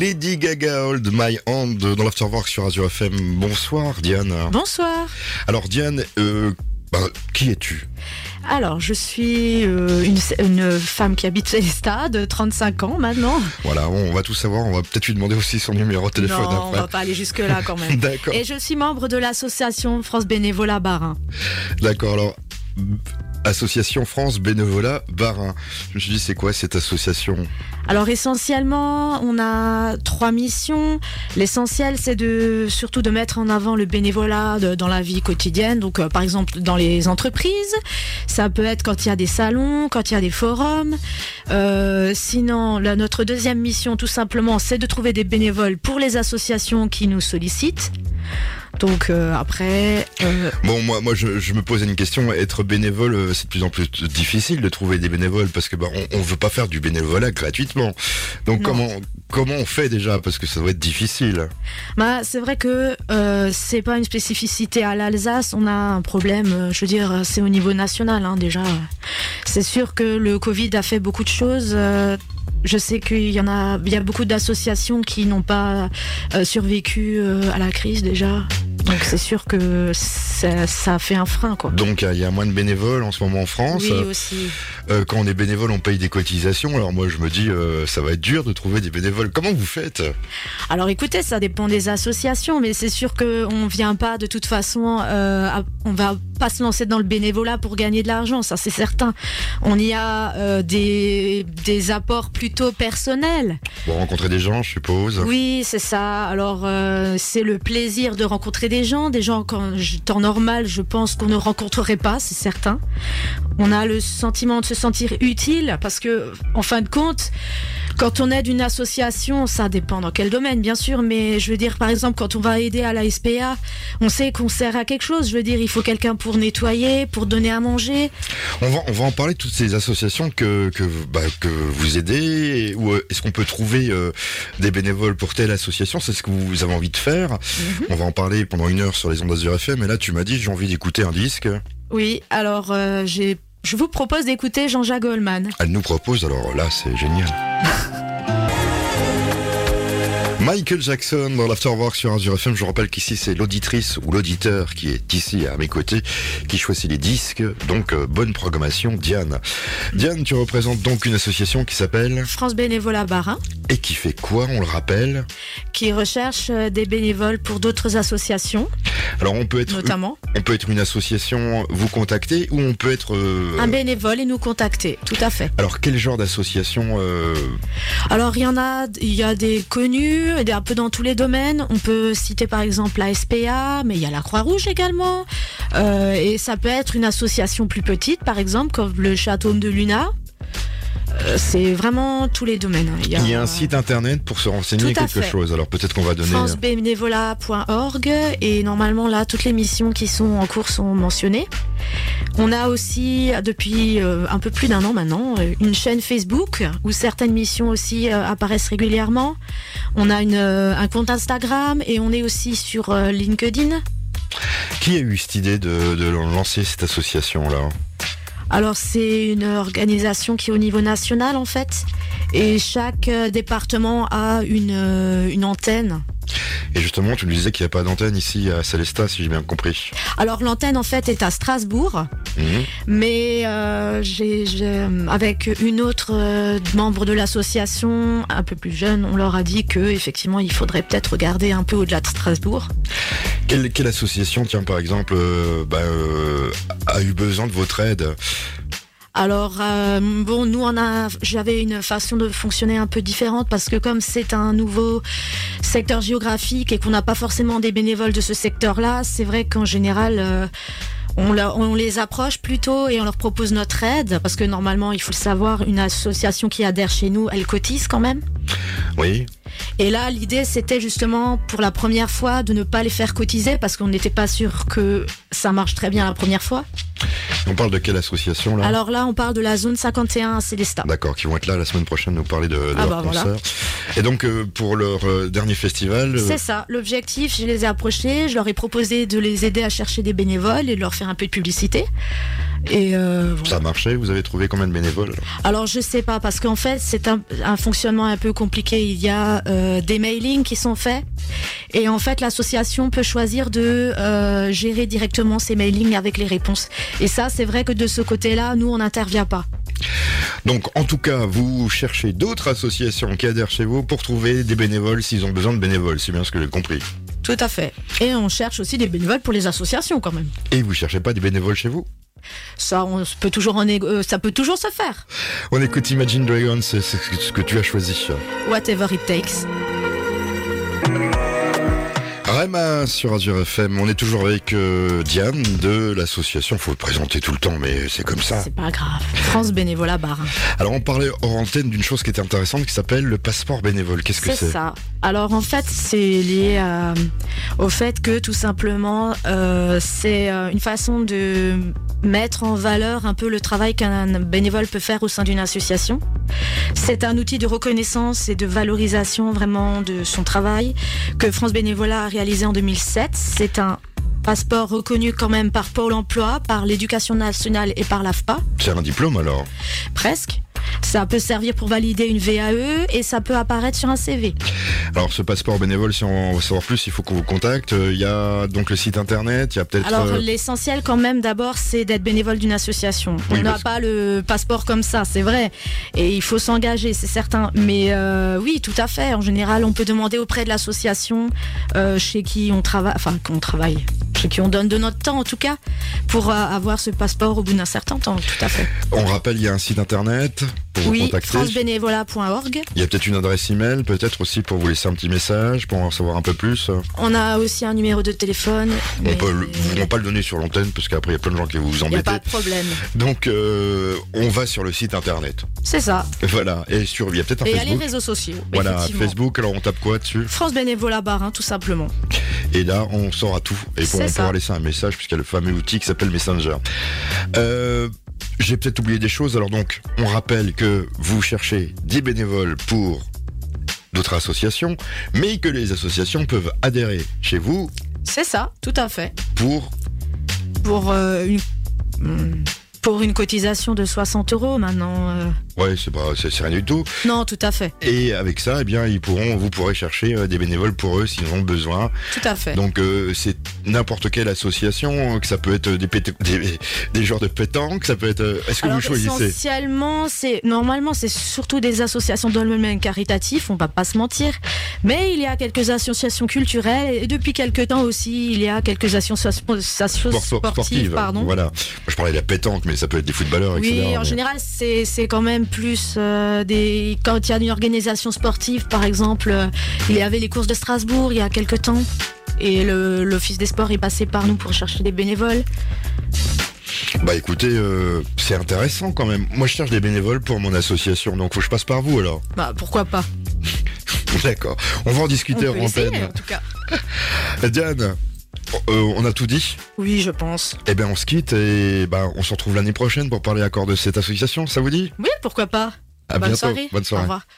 Lady Gaga Hold My Hand dans l'Afterwork sur Azure FM. Bonsoir Diane. Bonsoir. Alors Diane, euh, bah, qui es-tu Alors, je suis euh, une, une femme qui habite les stades, 35 ans maintenant. Voilà, on va tout savoir. On va peut-être lui demander aussi son numéro de téléphone non, on va après. pas aller jusque-là quand même. D'accord, Et je suis membre de l'association France Bénévolat Barin. d'accord. Alors, b- Association France Bénévolat Barin. Je me suis dit, c'est quoi cette association Alors essentiellement, on a trois missions. L'essentiel, c'est de surtout de mettre en avant le bénévolat de- dans la vie quotidienne. Donc, euh, par exemple, dans les entreprises, ça peut être quand il y a des salons, quand il y a des forums. Euh, sinon, là, notre deuxième mission, tout simplement, c'est de trouver des bénévoles pour les associations qui nous sollicitent. Donc euh, après, euh, Bon, moi, moi, je, je me posais une question. Être bénévole, euh, c'est de plus en plus t- difficile de trouver des bénévoles parce que bah, on, on veut pas faire du bénévolat gratuitement. Donc Non. comment comment on fait déjà parce que ça doit être difficile. Bah, c'est vrai que euh, c'est pas une spécificité à l'Alsace. On a un problème, euh, je veux dire, c'est au niveau national hein, déjà. C'est sûr que le Covid a fait beaucoup de choses. euh, je sais qu'il y en a, il y a beaucoup d'associations qui n'ont pas euh, survécu euh, à la crise déjà. Donc c'est sûr que ça, ça fait un frein quoi. Donc euh, il y a moins de bénévoles en ce moment en France. Oui aussi. Euh, quand on est bénévole, on paye des cotisations. Alors moi, je me dis, euh, ça va être dur de trouver des bénévoles. Comment vous faites Alors écoutez, ça dépend des associations, mais c'est sûr qu'on ne vient pas de toute façon, euh, à- on va pas se lancer dans le bénévolat pour gagner de l'argent, ça c'est certain. On y a euh, des, des apports plutôt personnels. Vous rencontrez des gens, je suppose. Oui, c'est ça. Alors euh, c'est le plaisir de rencontrer des gens, des gens qu'en j- temps normal, je pense qu'on ne rencontrerait pas, c'est certain. On a le sentiment de se sentir utile parce que, en fin de compte, quand on aide une association, ça dépend dans quel domaine, bien sûr, mais je veux dire, par exemple, quand on va aider à la SPA, on sait qu'on sert à quelque chose. Je veux dire, il faut quelqu'un pour nettoyer, pour donner à manger. On va, on va en parler de toutes ces associations que, que, vous- bah, que vous aidez. et- Ou euh, est-ce qu'on peut trouver euh, des bénévoles pour telle association C'est ce que vous avez envie de faire. Mhm. On va en parler pendant une heure sur les ondes Azure FM. Et là, tu m'as dit, j'ai envie d'écouter un disque. Oui, alors euh, j'ai- je vous propose d'écouter Jean-Jacques Goldman. Elle nous propose, alors là, c'est génial. Michael Jackson dans l'Afterwork sur Azure FM. Je vous rappelle qu'ici, c'est l'auditrice ou l'auditeur qui est ici à mes côtés qui choisit les disques. Donc, euh, bonne programmation, Diane. Diane, tu représentes donc une association qui s'appelle France Bénévolat hein. Barin. Et qui fait quoi, on le rappelle qui recherche euh, des bénévoles pour d'autres associations, Alors, on peut être, notamment. on peut être une association, euh, vous contacter, ou on peut être. euh, Un bénévole et nous contacter, tout à fait. alors, quel genre d'association euh, Alors il y en a, il y a des connus, et des- un peu dans tous les domaines. On peut citer par exemple la SPA, mais il y a la Croix-Rouge également. Euh, et ça peut être une association plus petite, par exemple, comme le Château de Luna. Euh, C'est vraiment tous les domaines. hein. Il y a un site internet pour se renseigner Tout à quelque fait. chose. Alors, peut-être qu'on va donner. euh, francebénévolat.org et normalement là toutes les missions qui sont en cours sont mentionnées. On a aussi depuis euh, un peu plus d'un an maintenant euh, une chaîne Facebook où certaines missions aussi euh, apparaissent régulièrement. On a une, euh, un compte Instagram et on est aussi sur euh, LinkedIn. Qui a eu cette idée de, de lancer cette association-là Alors c'est une organisation qui est au niveau national en fait et chaque euh, département a une, euh, une antenne. Et justement, tu nous disais qu'il n'y a pas d'antenne ici à Célestat, si j'ai bien compris. Alors l'antenne en fait est à Strasbourg. Mhm. Mais euh, j'ai, j'ai- avec une autre euh, membre de l'association, un peu plus jeune, on leur a dit que effectivement il faudrait peut-être regarder un peu au-delà de Strasbourg. Quelle, quelle association, tiens, par exemple, euh, bah, euh, a eu besoin de votre aide Alors euh, bon, nous on a, j'avais une façon de fonctionner un peu différente parce que comme c'est un nouveau secteur géographique et qu'on n'a pas forcément des bénévoles de ce secteur-là, c'est vrai qu'en général. euh, on, leur- on les approche plutôt et on leur propose notre aide parce que normalement, il faut le savoir, une association qui adhère chez nous, elle cotise quand même. Oui Et là, l'idée, c'était justement pour la première fois de ne pas les faire cotiser parce qu'on n'était pas sûr que ça marche très bien la première fois. On parle de quelle association là Alors là, on parle de la zone 51 à Célestat. D'accord, qui vont être là la semaine prochaine nous parler de, de Ah leur bah voilà. concert. Et donc euh, pour leur euh, dernier festival, euh, C'est ça, l'objectif, je les ai approchés, je leur ai proposé de les aider à chercher des bénévoles et de leur faire un peu de publicité. Et euh, voilà. ça a marché. Vous avez trouvé combien de bénévoles Alors je sais pas parce qu'en fait c'est un, un fonctionnement un peu compliqué. Il y a euh, des mailings qui sont faits et en fait l'association peut choisir de euh, gérer directement ces mailings avec les réponses. Et ça c'est vrai que de ce côté-là nous on n'intervient pas. Donc en tout cas, vous cherchez d'autres associations qui adhèrent chez vous pour trouver des bénévoles s'ils ont besoin de bénévoles. C'est bien ce que j'ai compris. Tout à fait. Et on cherche aussi des bénévoles pour les associations quand même. Et vous cherchez pas des bénévoles chez vous Ça on s- peut toujours en négo- euh, ça peut toujours se faire. On écoute Imagine Dragons, c'est c'est ce que tu as choisi. Whatever it takes. Rema sur Azure FM, on est toujours avec euh, Diane de l'association, faut le présenter tout le temps mais c'est comme ça. C'est pas grave. France bénévolat bar. Alors on parlait hors antenne d'une chose qui était intéressante qui s'appelle le passeport bénévole, qu'est-ce que C'est c'est ça. Alors en fait, c'est lié à- au fait que tout simplement, euh, c'est euh, une façon de mettre en valeur un peu le travail qu'un bénévole peut faire au sein d'une association. C'est un outil de reconnaissance et de valorisation vraiment de son travail que France Bénévolat a réalisé en 2007. C'est un passeport reconnu quand même par Pôle Emploi, par l'Éducation nationale et par l'AFPA C'est un diplôme alors presque. Ça peut servir pour valider une VAE et ça peut apparaître sur un CV. Alors ce passeport bénévole, si on veut savoir plus, il faut qu'on vous contacte. Euh, Il y a donc le site internet, il y a peut-être... Alors euh, l'essentiel quand même d'abord c'est d'être bénévole d'une association. Oui, On n'a parce- pas le passeport comme ça, c'est vrai. Et il faut s'engager, c'est certain. Mais euh, oui, tout à fait. En général, on peut demander auprès de l'association euh, chez qui on travaille, enfin qu'on travaille, chez qui on donne de notre temps en tout cas, pour euh, avoir ce passeport au bout d'un certain temps, tout à fait. On rappelle, il y a un site internet pour vous Oui, contacter. francebénévolat.org. Il y a peut-être une adresse email, peut-être aussi pour vous laisser un petit message, pour en savoir un peu plus. On a aussi un numéro de téléphone. mais On peut le- vous ne pas le donner sur l'antenne, parce qu'après il y a plein de gens qui vont vous Il n'y a embêter. pas de problème. Donc euh, on va sur le site internet. C'est ça. Voilà, et sur il y a peut-être un Et il y a les Facebook. réseaux sociaux. Voilà, effectivement. Facebook, alors on tape quoi dessus France Bénévolat Bar, hein, tout simplement. Et là, on sort à tout. Et pour, C'est on ça. pourra laisser un message, puisqu'il y a le fameux outil qui s'appelle Messenger. Euh, J'ai peut-être oublié des choses, alors donc, on rappelle que vous cherchez des bénévoles pour d'autres associations, mais que les associations peuvent adhérer chez vous C'est ça, tout à fait. pour Pour euh, une. hmm, Pour une cotisation de 60 euros maintenant. euh. Ouais, c'est pas, c'est c'est rien du tout. Non, tout à fait, Et avec ça, eh bien, ils pourront, vous pourrez chercher euh, des bénévoles pour eux s'ils en ont besoin. tout à fait. Donc, euh, c'est n'importe quelle association, euh, que ça peut être des, pét- des, des joueurs de pétanque, ça peut être. euh, Est-ce que Alors, vous choisissez essentiellement, c'est normalement c'est surtout des associations dans le domaine caritatif, on va pas se mentir, mais il y a quelques associations culturelles et depuis quelques temps aussi il y a quelques associations Sport- sportives, sport- pardon. Voilà. Moi, Je parlais de la pétanque, mais ça peut être des footballeurs, etc. Oui, en mais- général, c'est c'est quand même plus euh, des. Quand il y a une organisation sportive, par exemple, euh, il y avait les courses de Strasbourg il y a quelques temps. Et le- l'Office des sports est passé par nous pour chercher des bénévoles. Bah écoutez, euh, c'est intéressant quand même. Moi, je cherche des bénévoles pour mon association, donc faut que je passe par vous alors. Bah, pourquoi pas D'accord. On va en On discuter peut en essayer, antenne. en tout cas. Diane, euh, on a tout dit. Oui, je pense. Eh bien, on se quitte et ben, on se retrouve l'année prochaine pour parler encore de cette association. Ça vous dit Oui, pourquoi pas À Bonne bientôt. soirée. Bonne Au soirée. revoir.